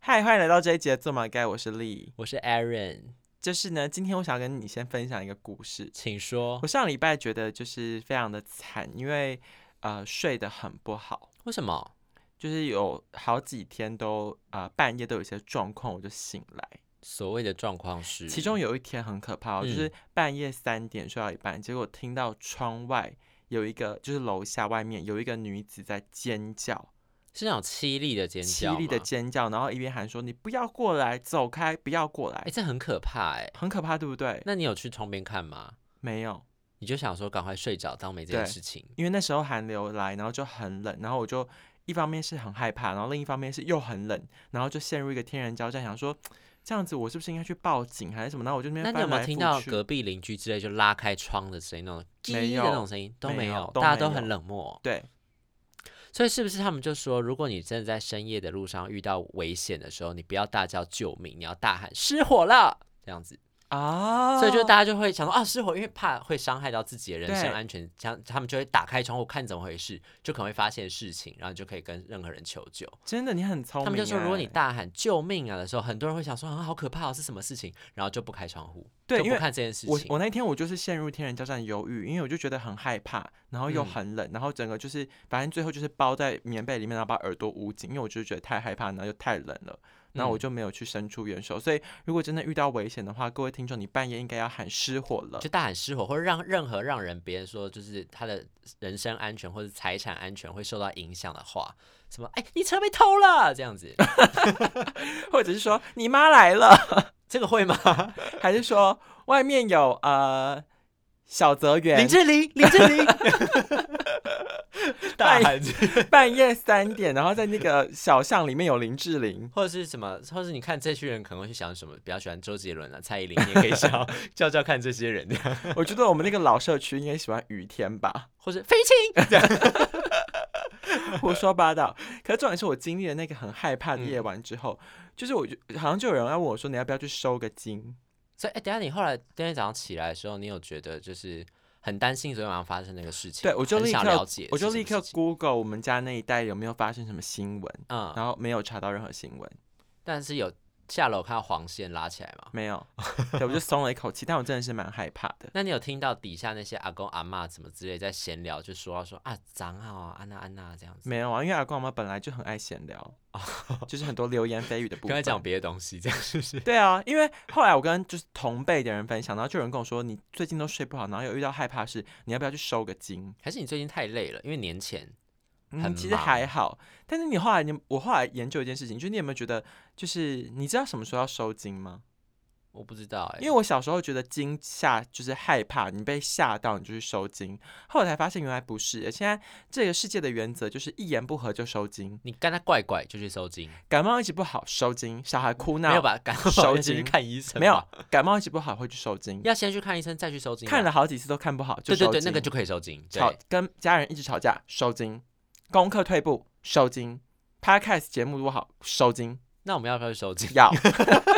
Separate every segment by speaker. Speaker 1: 嗨，欢迎来到这一集的《做马盖》，我是丽。
Speaker 2: 我是 Aaron，
Speaker 1: 就是呢，今天我想跟你先分享一个故事。
Speaker 2: 请说
Speaker 1: 我。上礼拜觉得就是非常的惨，因为呃睡得很不好，
Speaker 2: 为什么？
Speaker 1: 就是有好几天都啊、呃半夜都有一些状况，我就醒来。
Speaker 2: 所谓的状况是，
Speaker 1: 其中有一天很可怕、哦，就
Speaker 2: 嗯
Speaker 1: 是半夜三点睡到一半，结果听到窗外有一个，就是楼下外面有一个女子在尖叫，
Speaker 2: 是那种凄厉的尖叫
Speaker 1: 凄
Speaker 2: 吗，
Speaker 1: 厉的尖叫，然后一边喊说：“你不要过来，走开，不要过来
Speaker 2: 哎、。这很可怕哎、”
Speaker 1: 很可怕，对不对？
Speaker 2: 那你有去窗边看吗？
Speaker 1: 没有，
Speaker 2: 你就想说赶快睡着，当没这
Speaker 1: 对
Speaker 2: 件事情。
Speaker 1: 因为那时候寒流来，然后就很冷，然后我就一方面是很害怕，然后另一方面是又很冷，然后就陷入一个天人交战，想说这样子我是不是应该去报警还是什么？然后我就那
Speaker 2: 那
Speaker 1: 边
Speaker 2: 你有
Speaker 1: 翻
Speaker 2: 没
Speaker 1: 来
Speaker 2: 有听到
Speaker 1: 覆去。
Speaker 2: 隔壁邻居之类就拉开窗的声音，那种“叽”
Speaker 1: 没有
Speaker 2: 的那种声音都
Speaker 1: 没
Speaker 2: 没
Speaker 1: 有
Speaker 2: 有，
Speaker 1: 都
Speaker 2: 大家
Speaker 1: 没
Speaker 2: 都
Speaker 1: 有
Speaker 2: 很冷漠。
Speaker 1: 对，
Speaker 2: 所以是不是他们就说，如果你真的在深夜的路上遇到危险的时候，你不要大叫救命，你要大喊失火了这样子。
Speaker 1: 啊，
Speaker 2: 所以就大家就会想说啊，失火，因为怕会伤害到自己的人
Speaker 1: 对
Speaker 2: 身安全，像他们就会打开窗户看怎么回事，就可能会发现事情，然后你就可以跟任何人求救。
Speaker 1: 真的你很聪
Speaker 2: 他
Speaker 1: 明欸。
Speaker 2: 们就说，如果你大喊救命啊的时候，很多人会想说啊，好可怕、哦，是什么事情？然后就不开窗户，
Speaker 1: 对
Speaker 2: 就
Speaker 1: 因
Speaker 2: 不
Speaker 1: 为
Speaker 2: 看这件事
Speaker 1: 我
Speaker 2: 情
Speaker 1: 我。那天我就是陷入天人交战犹豫，因为我就觉得很害怕，然后又
Speaker 2: 嗯
Speaker 1: 很冷，然后整个就是反正最后就是包在棉被里面，然后把耳朵捂紧，因为我就是觉得太害怕，然后又太冷了，然后我
Speaker 2: 嗯
Speaker 1: 就没有去伸出援手。所以如果真的遇到危险的话，各位听众，你半夜应该要喊失火了
Speaker 2: 就。大喊失火，或者让任何让人别人说就是他的人身安全或者财产安全会受到影响的话，什么哎、你车被偷了这样子，
Speaker 1: 或者是说你妈来 了，
Speaker 2: 这个会 吗？
Speaker 1: 还是说外面有呃小泽
Speaker 2: 林
Speaker 1: 园，
Speaker 2: 志玲，林志 玲，大 喊这
Speaker 1: 半夜三点，然后在那个小巷里面有林志玲，
Speaker 2: 或者是什么，或者是你看这群人可能会去想什么，比较喜欢周杰伦啊、 蔡依林，你也可以 想叫叫看这些人，
Speaker 1: 我觉得我们那个老社区应该喜欢雨天吧。
Speaker 2: 或 者飞禽，
Speaker 1: 胡说八道。可是重点是我经历了那个很害怕的夜晚之后，
Speaker 2: 嗯
Speaker 1: 就是我就好像就有人要问我说，你要不要去收个金？
Speaker 2: 所以，哎、等一下你后来今天早上起来的时候，你有觉得就是很担心昨天晚上发生那个事情吗？
Speaker 1: 对我就
Speaker 2: 很
Speaker 1: 立
Speaker 2: 想
Speaker 1: 刻
Speaker 2: 了解，
Speaker 1: 我就立刻 Google 我们家那一带有没有发生什么新闻，
Speaker 2: 嗯，
Speaker 1: 然后没有查到任何新闻，
Speaker 2: 但是有下楼看到黄线拉起来嘛？
Speaker 1: 没 有，对，我就松了一口气。但我真的是蛮害怕的。
Speaker 2: 那你有听到底下那些阿公阿嬷怎么之类在闲聊，就说到说啊长好啊安娜安娜这样子，
Speaker 1: 没有啊，因为阿公阿妈本来就很爱闲聊，就是很多流言蜚语的部
Speaker 2: 跟他
Speaker 1: 分。
Speaker 2: 哦讲别的东西，这样是不是？
Speaker 1: 对啊，因为后来我跟就是同辈的人分享，然后就有人跟我说，你最近都睡不好，然后有遇到害怕的事，你要不要去收个金？
Speaker 2: 还是你最近太累了？因为年前
Speaker 1: 嗯，
Speaker 2: 很
Speaker 1: 其实
Speaker 2: 忙
Speaker 1: 还好，但是你后来你我后来研究一件事情，就是你有没有觉得，就是你知道什么时候要收金吗？
Speaker 2: 我不知道哎、
Speaker 1: 因为我小时候觉得惊吓就是害怕，你被吓到你就去收金，后来才发现原来不是。现在这个世界的原则就是一言不合就收金，
Speaker 2: 你跟他怪怪就去收金，
Speaker 1: 感冒一直不好收金，小孩哭闹
Speaker 2: 没有吧？感冒
Speaker 1: 收
Speaker 2: 要先去
Speaker 1: 金
Speaker 2: 看医生吧，
Speaker 1: 没有感冒一直不好会去收金，
Speaker 2: 要先去看医生再去收金吧。
Speaker 1: 看了好几次都看不好就
Speaker 2: 对
Speaker 1: 收
Speaker 2: 对
Speaker 1: 金，
Speaker 2: 对，那个就可以收金。对
Speaker 1: 吵，跟家人一直吵架收金，功课退步收金，podcast 节目不好收金。
Speaker 2: 那我们要不要去收金？
Speaker 1: 要，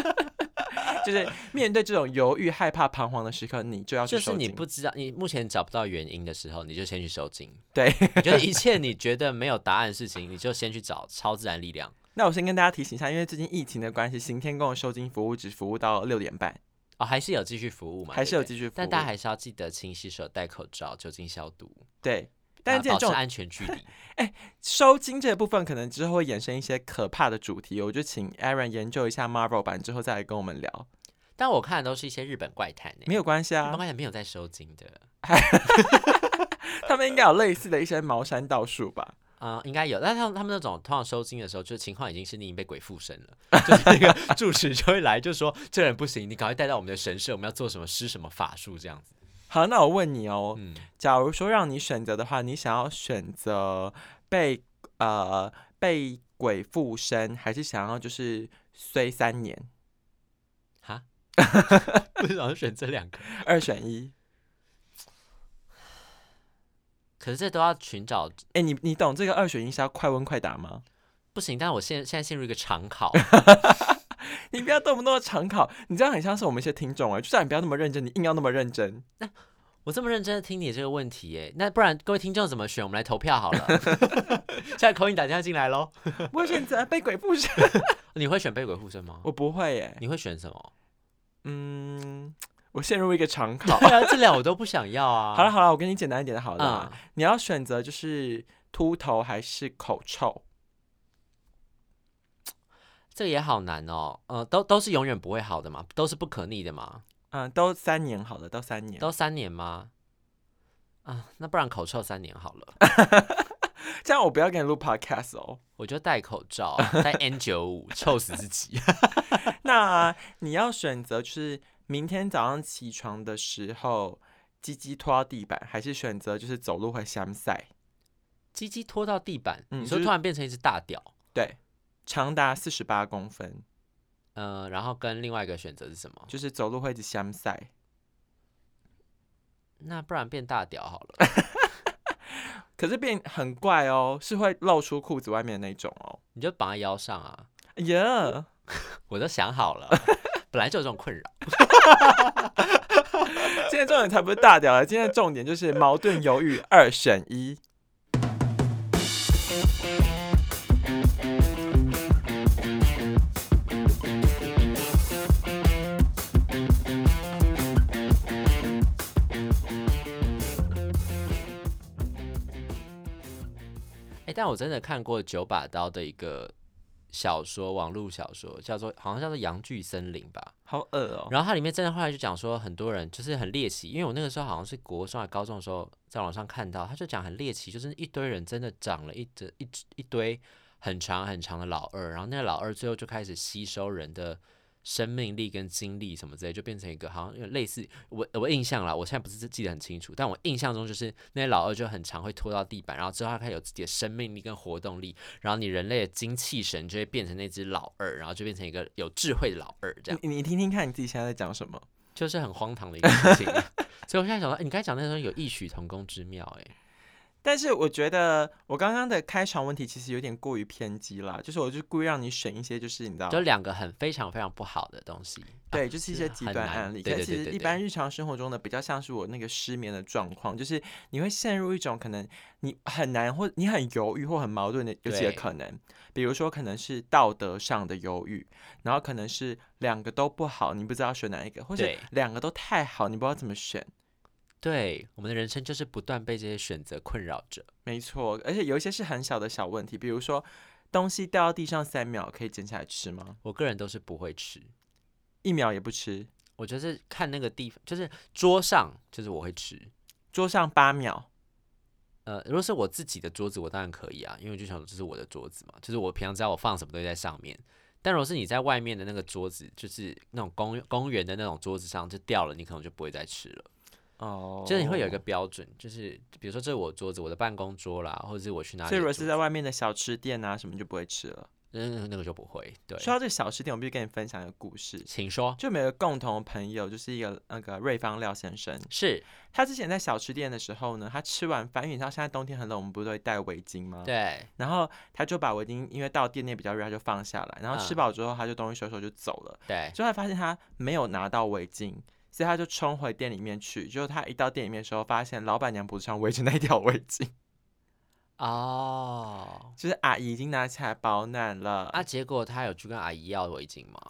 Speaker 1: 就是面对这种犹豫、害怕、彷徨的时刻，你就要去
Speaker 2: 就是
Speaker 1: 收
Speaker 2: 你
Speaker 1: 紧。
Speaker 2: 不知道，你目前找不到原因的时候，你就先去收金。
Speaker 1: 对，
Speaker 2: 就是一切你觉得没有答案的事情，你就先去找超自然力量。
Speaker 1: 那我先跟大家提醒一下，因为最近疫情的关系，行天宫的收金服务只服务到六点半，
Speaker 2: 哦，还是有继续服务嘛？
Speaker 1: 还是有
Speaker 2: 对不对
Speaker 1: 继续服务。
Speaker 2: 但大家还是要记得勤洗手、戴口罩、酒精消毒，
Speaker 1: 对，但是
Speaker 2: 啊
Speaker 1: 这
Speaker 2: 保持
Speaker 1: 种
Speaker 2: 安全距离。
Speaker 1: 收金这部分，可能之后会衍生一些可怕的主题，我就请 Aaron 研究一下 Marvel 版之后再来跟我们聊，
Speaker 2: 但我看的都是一些日本怪谈、欸，
Speaker 1: 没有关系
Speaker 2: 日本
Speaker 1: 啊
Speaker 2: 怪。谈没有在收金的。
Speaker 1: 他们应该有类似的一些茅山道术吧？
Speaker 2: 啊、应该有，但他们他们那种通常收金的时候，就是情况已经是你已经被鬼附身了， 就是 那个住持就会来，就说这人不行，你赶快带到我们的神社，我们要做什么施什么法术这样子。
Speaker 1: 好，那我问你哦，
Speaker 2: 嗯，
Speaker 1: 假如说让你选择的话，你想要选择被呃被鬼附身，还是想要就是衰三年？
Speaker 2: 哈，为什么选这两个？
Speaker 1: 二选一。
Speaker 2: 可是这都要寻找，
Speaker 1: 哎、你你懂这个二选一是要快问快答吗？
Speaker 2: 不行。但我现现在陷入一个长考，
Speaker 1: 你欸不要动不动就常考，你这样很像是我们一些听众啊，就叫你不要那么认真，你硬要那么认真。
Speaker 2: 我这么认真的听你这个问题，耶，那不然各位听众怎么选？我们来投票好了。 现在口音打电话进来喽，
Speaker 1: 我选择被鬼附身。
Speaker 2: 你会选被鬼附身吗？
Speaker 1: 我不会耶，
Speaker 2: 你会选什么？
Speaker 1: 嗯，我陷入一个长考。
Speaker 2: 对啊，这俩我都不想要 啊。
Speaker 1: 好了好了，我跟你简单一点的好了啦。
Speaker 2: 嗯，
Speaker 1: 你要选择就是秃头还是口臭？
Speaker 2: 这个也好难哦。呃，都都是永远不会好的嘛，都是不可逆的嘛，
Speaker 1: 嗯，都三年好了，都三年，
Speaker 2: 都三年吗？啊，那不然口臭三年好了。
Speaker 1: 这样我不要给你录 podcast 哦。
Speaker 2: 我就戴口罩，啊戴 N 九五，臭死自己。啊
Speaker 1: 那你要选择就是明天早上起床的时候，鸡鸡拖到地板，还是选择就是走路会香塞？
Speaker 2: 鸡鸡拖到地板，
Speaker 1: 嗯
Speaker 2: 你
Speaker 1: 就
Speaker 2: 说
Speaker 1: 是
Speaker 2: 突然变成一只大屌，
Speaker 1: 对，长达四十八公分，
Speaker 2: 呃，然后跟另外一个选择是什么？
Speaker 1: 就是走路会一直香塞。
Speaker 2: 那不然变大屌好了。
Speaker 1: 可是变很怪哦，是会露出裤子外面的那种哦。
Speaker 2: 你就绑在腰上啊！
Speaker 1: 哎呀，
Speaker 2: 我都想好了， 本来就有这种困扰。
Speaker 1: 今天重点才不是大屌啊了，今天的重点就是矛盾犹豫二选一。
Speaker 2: 哎、但我真的看过九把刀的一个小说，网络小说叫做好像叫做《阳具森林》吧。
Speaker 1: 好恶哦！
Speaker 2: 然后它里面真的后来就讲说，很多人就是很猎奇，因为我那个时候好像是国中还高中的时候，在网上看到，他就讲很猎奇，就是一堆人真的长了一只一只一堆很长很长的老二，然后那个老二最后就开始吸收人的生命力跟精力什么之类，就变成一个好像有类似我我印象啦，我现在不是记得很清楚，但我印象中就是那些老二就很常会拖到地板，然后之后他开始有自己的生命力跟活动力，然后你人类的精气神就会变成那只老二，然后就变成一个有智慧的老二这样。
Speaker 1: 你你听听看你自己现在在讲什么？
Speaker 2: 就是很荒唐的一个事情。 所以我现在想到，欸你刚才讲那时候有异曲同工之妙、欸，
Speaker 1: 但是我觉得我刚刚的开场问题其实有点过于偏激啦，就是我就故意让你选一些就是你知道
Speaker 2: 就，两个很非常非常不好的东西。
Speaker 1: 对，
Speaker 2: 啊
Speaker 1: 就是一些极端案例。
Speaker 2: 很难对
Speaker 1: 但
Speaker 2: 对
Speaker 1: 其
Speaker 2: 对
Speaker 1: 实
Speaker 2: 对
Speaker 1: 一
Speaker 2: 对，
Speaker 1: 般日常生活中的比较像是我那个失眠的状况，就是你会陷入一种可能你很难或你很犹豫或很矛盾的有几个
Speaker 2: 对
Speaker 1: 可能，比如说可能是道德上的犹豫，然后可能是两个都不好，你不知道选哪一个，或是
Speaker 2: 对
Speaker 1: 两个都太好，你不知道怎么选。
Speaker 2: 对我们的人生就是不断被这些选择困扰着。
Speaker 1: 没错，而且有一些是很小的小问题，比如说东西掉到地上三秒可以捡起来吃吗？
Speaker 2: 我个人都是不会吃，
Speaker 1: 一秒也不吃。
Speaker 2: 我就是看那个地方，就是桌上，就是我会吃。
Speaker 1: 桌上八秒，
Speaker 2: 呃，如果是我自己的桌子，我当然可以啊，因为我就想说这是我的桌子嘛，就是我平常知道我放什么东西在上面。但如果是你在外面的那个桌子，就是那种公公园的那种桌子上就掉了，你可能就不会再吃了。
Speaker 1: 哦，
Speaker 2: 就是你会有一个。标准，就是比如说这是我桌子，我的办公桌啦，或者是我去哪里
Speaker 1: 所以如
Speaker 2: 的桌
Speaker 1: 果
Speaker 2: 子，
Speaker 1: 是在外面的小吃店啊，什么就不会吃了。
Speaker 2: 嗯那个就不会。对，
Speaker 1: 说到这个小吃店，我必须跟你分享一个故事。
Speaker 2: 请说，
Speaker 1: 就我们有个共同的朋友，就是一个那个瑞芳廖先生。
Speaker 2: 是
Speaker 1: 他之前在小吃店的时候呢，他吃完饭，因为你知道现在冬天很冷，我们不是都会带围巾吗？。
Speaker 2: 对，
Speaker 1: 然后他就把围巾，因为到店内比较热，他就放下来。然后吃
Speaker 2: 嗯
Speaker 1: 饱之后，他就东西收收就走了。
Speaker 2: 对，
Speaker 1: 就后来发现他没有拿到围巾，所以他就冲回店里面去。结果他一到店里面的时候，发现老板娘不是穿围着那条围巾，
Speaker 2: 哦，
Speaker 1: 就是阿姨已经拿起来保暖了。
Speaker 2: 啊，结果他有去跟阿姨要围巾吗？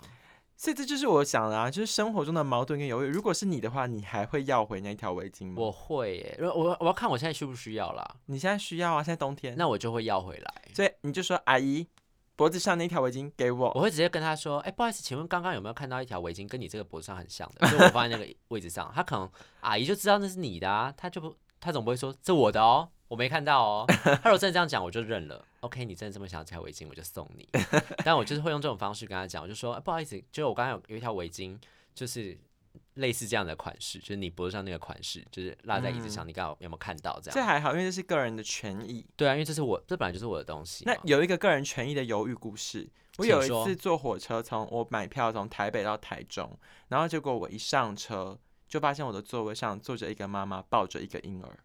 Speaker 1: 所以这就是我想的啊，就是生活中的矛盾跟犹豫。如果是你的话，你还会要回那条围巾吗？
Speaker 2: 我会耶，如果我我要看我现在需不需要啦，
Speaker 1: 你现在需要啊，现在冬天。
Speaker 2: 那我就会要回来。
Speaker 1: 所以你就说阿姨，脖子上那条围巾给
Speaker 2: 我
Speaker 1: 我。
Speaker 2: 会直接跟他说：“哎、不好意思，请问刚刚有没有看到一条围巾跟你这个脖子上很像的？就是我放在那个位置上，他可能阿姨就知道那是你的啊，他就不，他总不会说这我的哦，我没看到哦。他如果真的这样讲，我就认了。OK，你真的这么想要这条围巾，我就送你。但我就是会用这种方式跟他讲，我就说、哎不好意思，就是我刚刚有有一条围巾，就是类似这样的款式，就是你脖子上那个款式，就是落在椅子上，你刚好有没有看到这
Speaker 1: 嗯这
Speaker 2: 样？
Speaker 1: 还好，因为这是个人的权益。
Speaker 2: 对啊，因为这是我这本来就是我的东西嘛。
Speaker 1: 那有一个个人权益的犹豫故事。我
Speaker 2: 请
Speaker 1: 有一
Speaker 2: 说
Speaker 1: 次坐火车从，我买票从台北到台中，然后结果我一上车就发现我的座位上坐着一个妈妈抱着一个婴儿。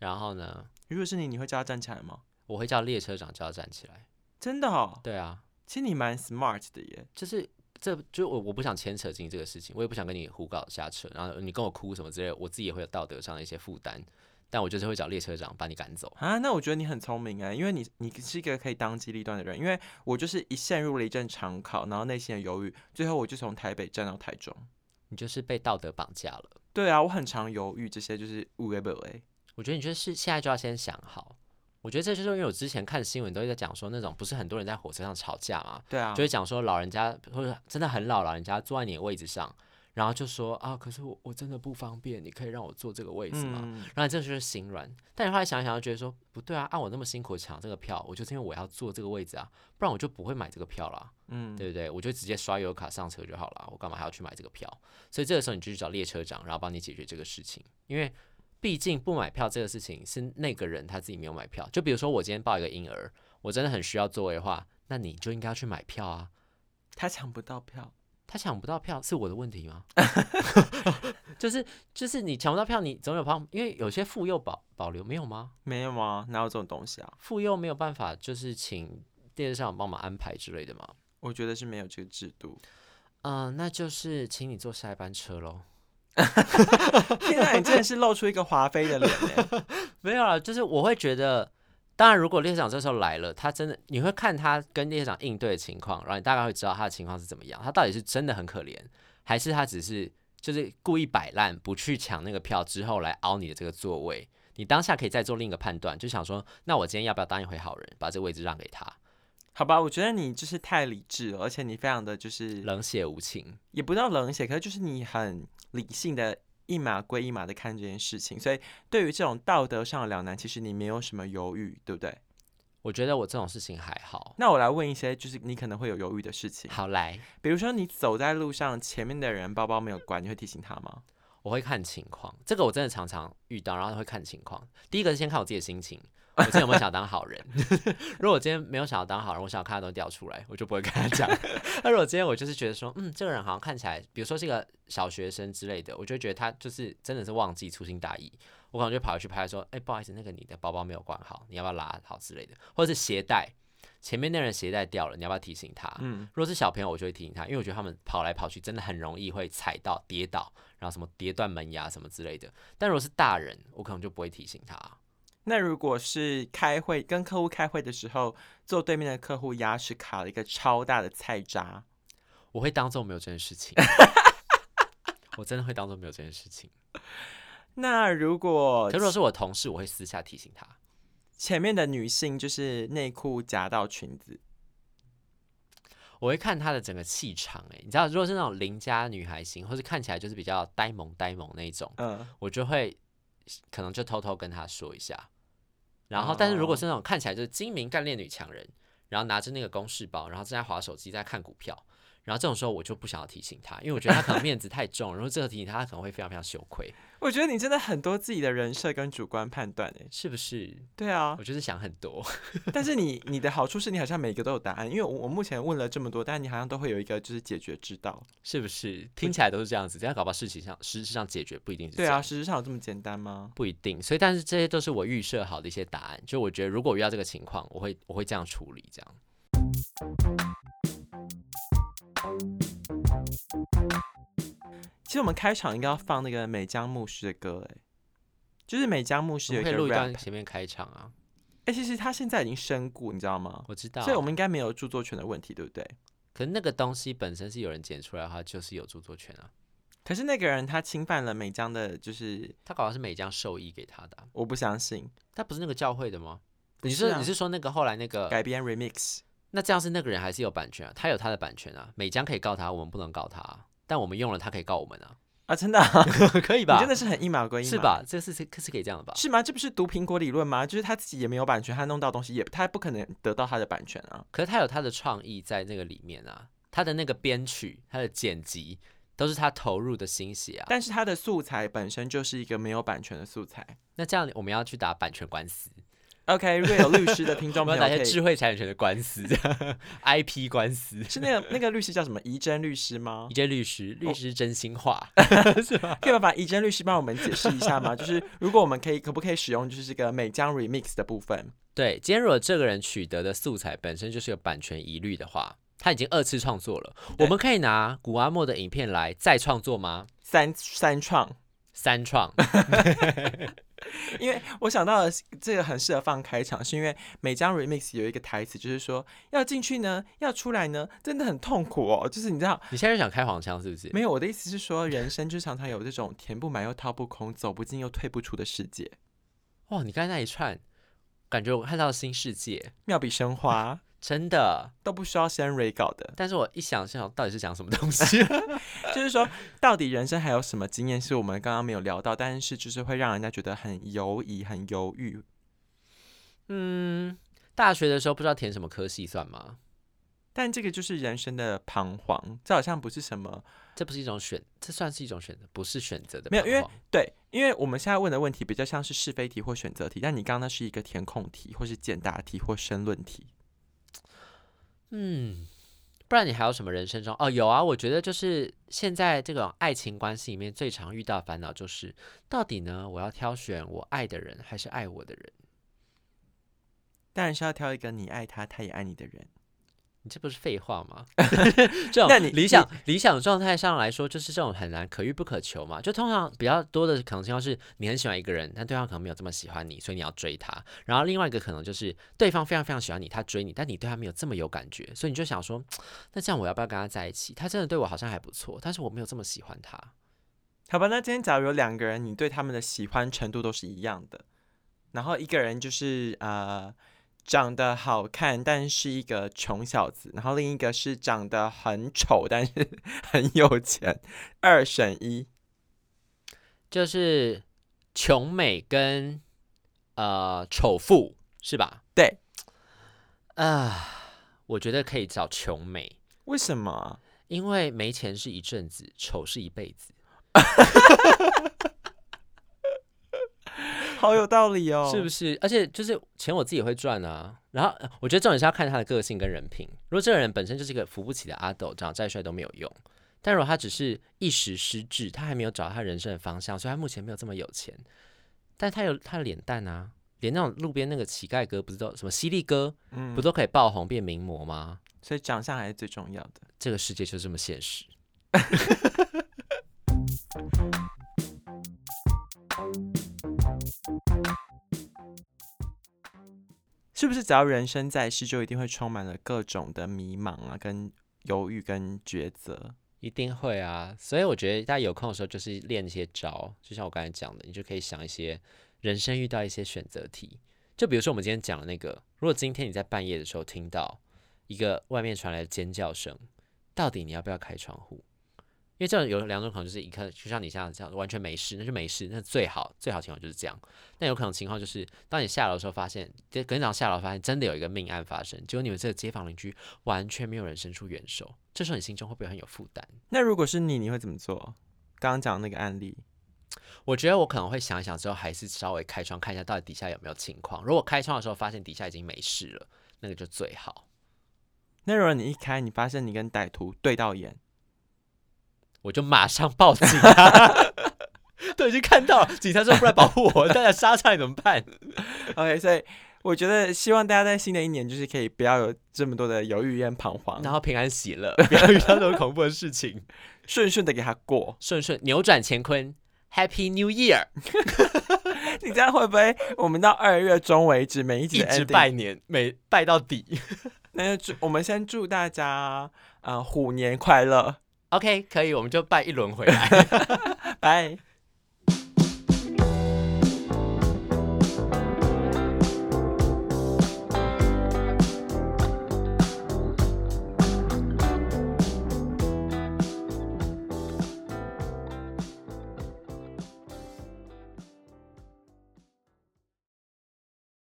Speaker 2: 然后呢，
Speaker 1: 如果是你，你会叫他站起来吗？
Speaker 2: 我会叫列车长叫他站起来。
Speaker 1: 真的哦，
Speaker 2: 对啊。
Speaker 1: 其实你蛮 smart 的耶。
Speaker 2: 就是这就我我不想牵扯进这个事情，我也不想跟你胡搞瞎扯，然后你跟我哭什么之类的，我自己也会有道德上的一些负担，但我就是会找列车长把你赶走。
Speaker 1: 啊，那我觉得你很聪明哎，因为你你是一个可以当机立断的人，因为我就是一陷入了一阵长考，然后内心的犹豫，最后我就从台北站到台中。
Speaker 2: 你就是被道德绑架了。
Speaker 1: 对啊，我很常犹豫这些，就是无为不为。
Speaker 2: 我觉得你就是现在就要先想好。我觉得这就是因为我之前看新闻都在讲说，那种不是很多人在火车上吵架嘛，
Speaker 1: 对啊
Speaker 2: 就，会讲说老人家或者真的很老，老人家坐在你的位置上，然后就说啊，可是我我真的不方便，你可以让我坐这个位置吗？
Speaker 1: 嗯，
Speaker 2: 然后你这就是心软，但你后来想一想，就觉得说不对啊，按、我那么辛苦抢这个票，我就是因为我要坐这个位置啊，不然我就不会买这个票啦，
Speaker 1: 嗯，
Speaker 2: 对不对？我就直接刷油卡上车就好了，我干嘛还要去买这个票？所以这个时候你就去找列车长，然后帮你解决这个事情，因为毕竟不买票这个事情是那个人他自己没有买票。就比如说我今天抱一个婴儿，我真的很需要座位的话，那你就应该要去买票啊。
Speaker 1: 他抢不到票，
Speaker 2: 他抢不到票是我的问题吗？ 就是就是你抢不到票，你总有旁，因为有些妇幼保保留没有吗？
Speaker 1: 没有吗？哪有这种东西啊？
Speaker 2: 妇幼没有办法，就是请电视上帮忙安排之类的嘛。
Speaker 1: 我觉得是没有这个制度。
Speaker 2: 嗯、那就是请你坐下一班车喽。
Speaker 1: 天啊，你真的是露出一个华妃的脸哎！
Speaker 2: 没有啦，啊就是我会觉得，当然如果列车长这时候来了，他真的你会看他跟列车长应对的情况，然后你大概会知道他的情况是怎么样，他到底是真的很可怜，还是他只是就是故意摆烂，不去抢那个票之后来凹你的这个座位。你当下可以再做另一个判断，就想说，那我今天要不要当一回好人，把这个位置让给他？
Speaker 1: 好吧，我觉得你就是太理智了，而且你非常的就是
Speaker 2: 冷血无情。
Speaker 1: 也不到冷血，可是就是你很理性的一码归一码的看这件事情，所以对于这种道德上的两难，其实你没有什么犹豫，对不对？
Speaker 2: 我觉得我这种事情还好。
Speaker 1: 那我来问一些，就是你可能会有犹豫的事情，
Speaker 2: 好来，
Speaker 1: 比如说你走在路上，前面的人包包没有关，你会提醒他吗？
Speaker 2: 我会看情况，这个我真的常常遇到，然后会看情况。第一个是先看我自己的心情，我今天有没有想当好人。 如果我今天没有想要当好人，我想要看他东西掉出来，我就不会跟他讲。 那如果今天我就是觉得说，嗯，这个人好像看起来，比如说是一个小学生之类的，我就会觉得他就是真的是忘记粗心大意，我可能就跑回去拍说，哎、不好意思，那个你的包包没有关好，你要不要拉好之类的，或者是鞋带，前面那人鞋带掉了，你要不要提醒他？
Speaker 1: 嗯，
Speaker 2: 如果是小朋友，我就会提醒他，因为我觉得他们跑来跑去真的很容易会踩到、跌倒，然后什么跌断门牙什么之类的。但如果是大人，我可能就不会提醒他。
Speaker 1: 那如果是开会跟客户开会的时候，坐对面的客户牙齿卡了一个超大的菜渣，
Speaker 2: 我会当做没有这件事情，我真的会当做没有这件事情。
Speaker 1: 那如果
Speaker 2: 可如果是我同事，我会私下提醒他。
Speaker 1: 前面的女性就是内裤夹到裙子，
Speaker 2: 我会看她的整个气场、欸，你知道，如果是那种邻家女孩型，或是看起来就是比较呆萌呆萌那一种，
Speaker 1: 嗯，
Speaker 2: 我就会可能就偷偷跟她说一下。然
Speaker 1: 哦
Speaker 2: 后，但是如果是那种看起来就是精明干练女强人，然后拿着那个公事包，然后正在划手机，在看股票，然后这种时候我就不想要提醒她，因为我觉得她可能面子太重， 然后这个提醒她，她可能会非常非常羞愧，
Speaker 1: 我觉得你真的很多自己的人设跟主观判断诶。
Speaker 2: 是不是？
Speaker 1: 对啊
Speaker 2: 我，就是想很多，
Speaker 1: 但是你你的好处是你好像每个都有答案，因为我我目前问了这么多，但你好像都会有一个就是解决之道。
Speaker 2: 是不是？听起来都是这样子，但搞不好事情上实质上解决不一定是这
Speaker 1: 对
Speaker 2: 样
Speaker 1: 啊，事实上有这么简单吗？
Speaker 2: 不一定，所以但是这些都是我预设好的一些答案。就我觉得，如果遇到这个情况，我会我会这样处理，这样。
Speaker 1: 其实我们开场应该要放那个美江牧师的歌诶，就是美江牧
Speaker 2: 我
Speaker 1: 师有一
Speaker 2: 们可以
Speaker 1: 个
Speaker 2: 录一
Speaker 1: rap，
Speaker 2: 段前面开场啊，
Speaker 1: 哎、其实他现在已经身故，你知道吗？
Speaker 2: 我知道。
Speaker 1: 所以我们应该没有著作权的问题，对不对？
Speaker 2: 可是那个东西本身是有人剪出来的话，就是有著作权啊。
Speaker 1: 可是那个人他侵犯了美江的，就是
Speaker 2: 他搞的是美江授意给他的啊、
Speaker 1: 我不相信
Speaker 2: 他不是那个教会的吗？
Speaker 1: 不
Speaker 2: 你
Speaker 1: 是啊
Speaker 2: 你是说那个后来那个？
Speaker 1: 改编 remix。
Speaker 2: 那这样是那个人还是有版权啊？他有他的版权啊，美江可以告他，我们不能告他、啊。但我们用了，他可以告我们 啊，
Speaker 1: 啊，真的、啊，
Speaker 2: 可以
Speaker 1: 你
Speaker 2: 吧？
Speaker 1: 真的是很一码归一码，
Speaker 2: 是？吧？这是是是可以这样的吧？
Speaker 1: 是吗？这不是毒苹果理论吗？就是他自己也没有版权，他弄到东西也他不可能得到他的版权啊。
Speaker 2: 可是他有他的创意在那个里面啊，他的那个编曲、他的剪辑都是他投入的心血啊。
Speaker 1: 但是他的素材本身就是一个没有版权的素材。
Speaker 2: 那这样我们要去打版权官司，
Speaker 1: OK，如果有律师的听
Speaker 2: 我
Speaker 1: 众
Speaker 2: 们
Speaker 1: 朋
Speaker 2: 要
Speaker 1: 友可
Speaker 2: 打一些
Speaker 1: 以，
Speaker 2: 智慧财产权的官司 ，IP 官司。
Speaker 1: 是那个那个律师叫什么？怡珍律师吗
Speaker 2: 一？介律师，
Speaker 1: 哦
Speaker 2: 律师真心 话，
Speaker 1: 可以麻烦怡珍律师帮我们解释一下吗？ 就是如果我们可以，可不可以使用就是这个美江 remix 的部分？
Speaker 2: 对，今天如果这个人取得的素材本身就是有版权疑虑的话，他已经二次创作了。我们可以拿古阿莫的影片来再创作吗？
Speaker 1: 三三创，
Speaker 2: 三创，
Speaker 1: 因为我想到的是这个很适合放开场，是因为每张 remix 有一个台词，就是说要进去呢，要出来呢，真的很痛苦哦。就是你知道，
Speaker 2: 你现在就想开黄腔是不是？
Speaker 1: 没有我的意思是说，人生就常常有这种填不满又掏不空、走不进又退不出的世界，
Speaker 2: 哇，你刚才那一串，感觉我看到了新世界，
Speaker 1: 妙笔生花
Speaker 2: 真的。
Speaker 1: 都不需要先 re 搞的。
Speaker 2: 但是我一想，想到底是讲什么 东西？
Speaker 1: 就是说，到底人生还有什么经验是我们刚刚没有聊到，但是就是会让人家觉得很犹疑、很犹豫。
Speaker 2: 嗯，大学的时候不知道填什么科系算吗？
Speaker 1: 但这个就是人生的彷徨，这好像不是什么
Speaker 2: 这不是一种选，这算是一种选择，不是选择的
Speaker 1: 没有因为
Speaker 2: 彷徨
Speaker 1: 对，因为我们现在问的问题比较像是是非题或选择题，但你刚刚那是一个填空题，或是简答题或申论题。
Speaker 2: 嗯，不然你还有什么人生中哦？有啊，我觉得就是现在这种爱情关系里面最常遇到的烦恼就是，到底呢，我要挑选我爱的人还是爱我的人？
Speaker 1: 当然是要挑一个你爱他，他也爱你的人。
Speaker 2: 你这不是废话 吗？这种
Speaker 1: 那你
Speaker 2: 理想理想状态上来说，就是这种很难可遇不可求嘛。就通常比较多的可能性是，你很喜欢一个人，但对方可能没有这么喜欢你，所以你要追他。然后另外一个可能就是，对方非常非常喜欢你，他追你，但你对他没有这么有感觉，所以你就想说，那这样我要不要跟他在一起？他真的对我好像还不错，但是我没有这么喜欢他。
Speaker 1: 好吧，那今天假如有两个人，你对他们的喜欢程度都是一样的，然后一个人就是呃长得好看，但是一个穷小子，然后另一个是长得很丑，但是 很有钱，二选一。
Speaker 2: 就是穷美跟呃丑妇是吧？
Speaker 1: 对
Speaker 2: 啊、我觉得可以找穷美，
Speaker 1: 为什么啊？
Speaker 2: 因为没钱是一阵子，丑是一辈子，
Speaker 1: 好有道理哦，
Speaker 2: 是不
Speaker 1: 是？
Speaker 2: 是？而且就是钱我自己会赚啊。然后呃我觉得重点是要看他的个性跟人品。如果这个人本身就是一个扶不起的阿斗，长得再帅都没有用。但如果他只是一时失志，他还没有找到他人生的方向，所以他目前没有这么有钱，但他有他的脸蛋啊，连那种路边那个乞丐哥不知道什么犀利哥，
Speaker 1: 嗯
Speaker 2: 不，都可以爆红变名模吗？
Speaker 1: 所以长相还是最重要的。
Speaker 2: 这个世界就这么现实。
Speaker 1: 是不是只要人生在世，就一定会充满了各种的迷茫啊，跟犹豫，跟抉择？
Speaker 2: 一定会啊，所以我觉得大家有空的时候就是练一些招，就像我刚才讲的，你就可以想一些人生遇到一些选择题，就比如说我们今天讲的那个，如果今天你在半夜的时候听到一个外面传来的尖叫声，到底你要不要开窗户？因为这种有两种可能，就是一看就像你这样这样完全没事，那就没事，那最好最好情况就是这样。但有可能情况就是，当你下楼的时候发现，隔天早上下楼发现真的有一个命案发生，结果你们这个街坊邻居完全没有人伸出援手，这时候你心中会不会很有负担？
Speaker 1: 那如果是你，你会怎么做？刚刚讲的那个案例，
Speaker 2: 我觉得我可能会想一想之后，还是稍微开窗看一下到底底下有没有情况。如果开窗的时候发现底下已经没事了，那个就最好。
Speaker 1: 那如果你一开，你发现你跟歹徒对到眼，
Speaker 2: 我就马上报警、啊。 都已经看到了，警察说不来保护我，大家杀菜怎么办？
Speaker 1: OK，所以我觉得希望大家在新的一年就是可以不要有这么多的犹豫跟彷徨，
Speaker 2: 然
Speaker 1: 后
Speaker 2: 后平安喜乐，不要遇到这种恐怖的事情，
Speaker 1: 顺顺的给它过。
Speaker 2: 顺顺扭转乾坤，Happy New Year，
Speaker 1: 你这样会不会我们到二月中为止每一集
Speaker 2: 一
Speaker 1: 的
Speaker 2: 直
Speaker 1: ending-
Speaker 2: 拜年，每拜到底。
Speaker 1: 那就祝我们先祝大家呃虎年快乐，
Speaker 2: OK，可以，我们就拜一轮回来。
Speaker 1: 拜。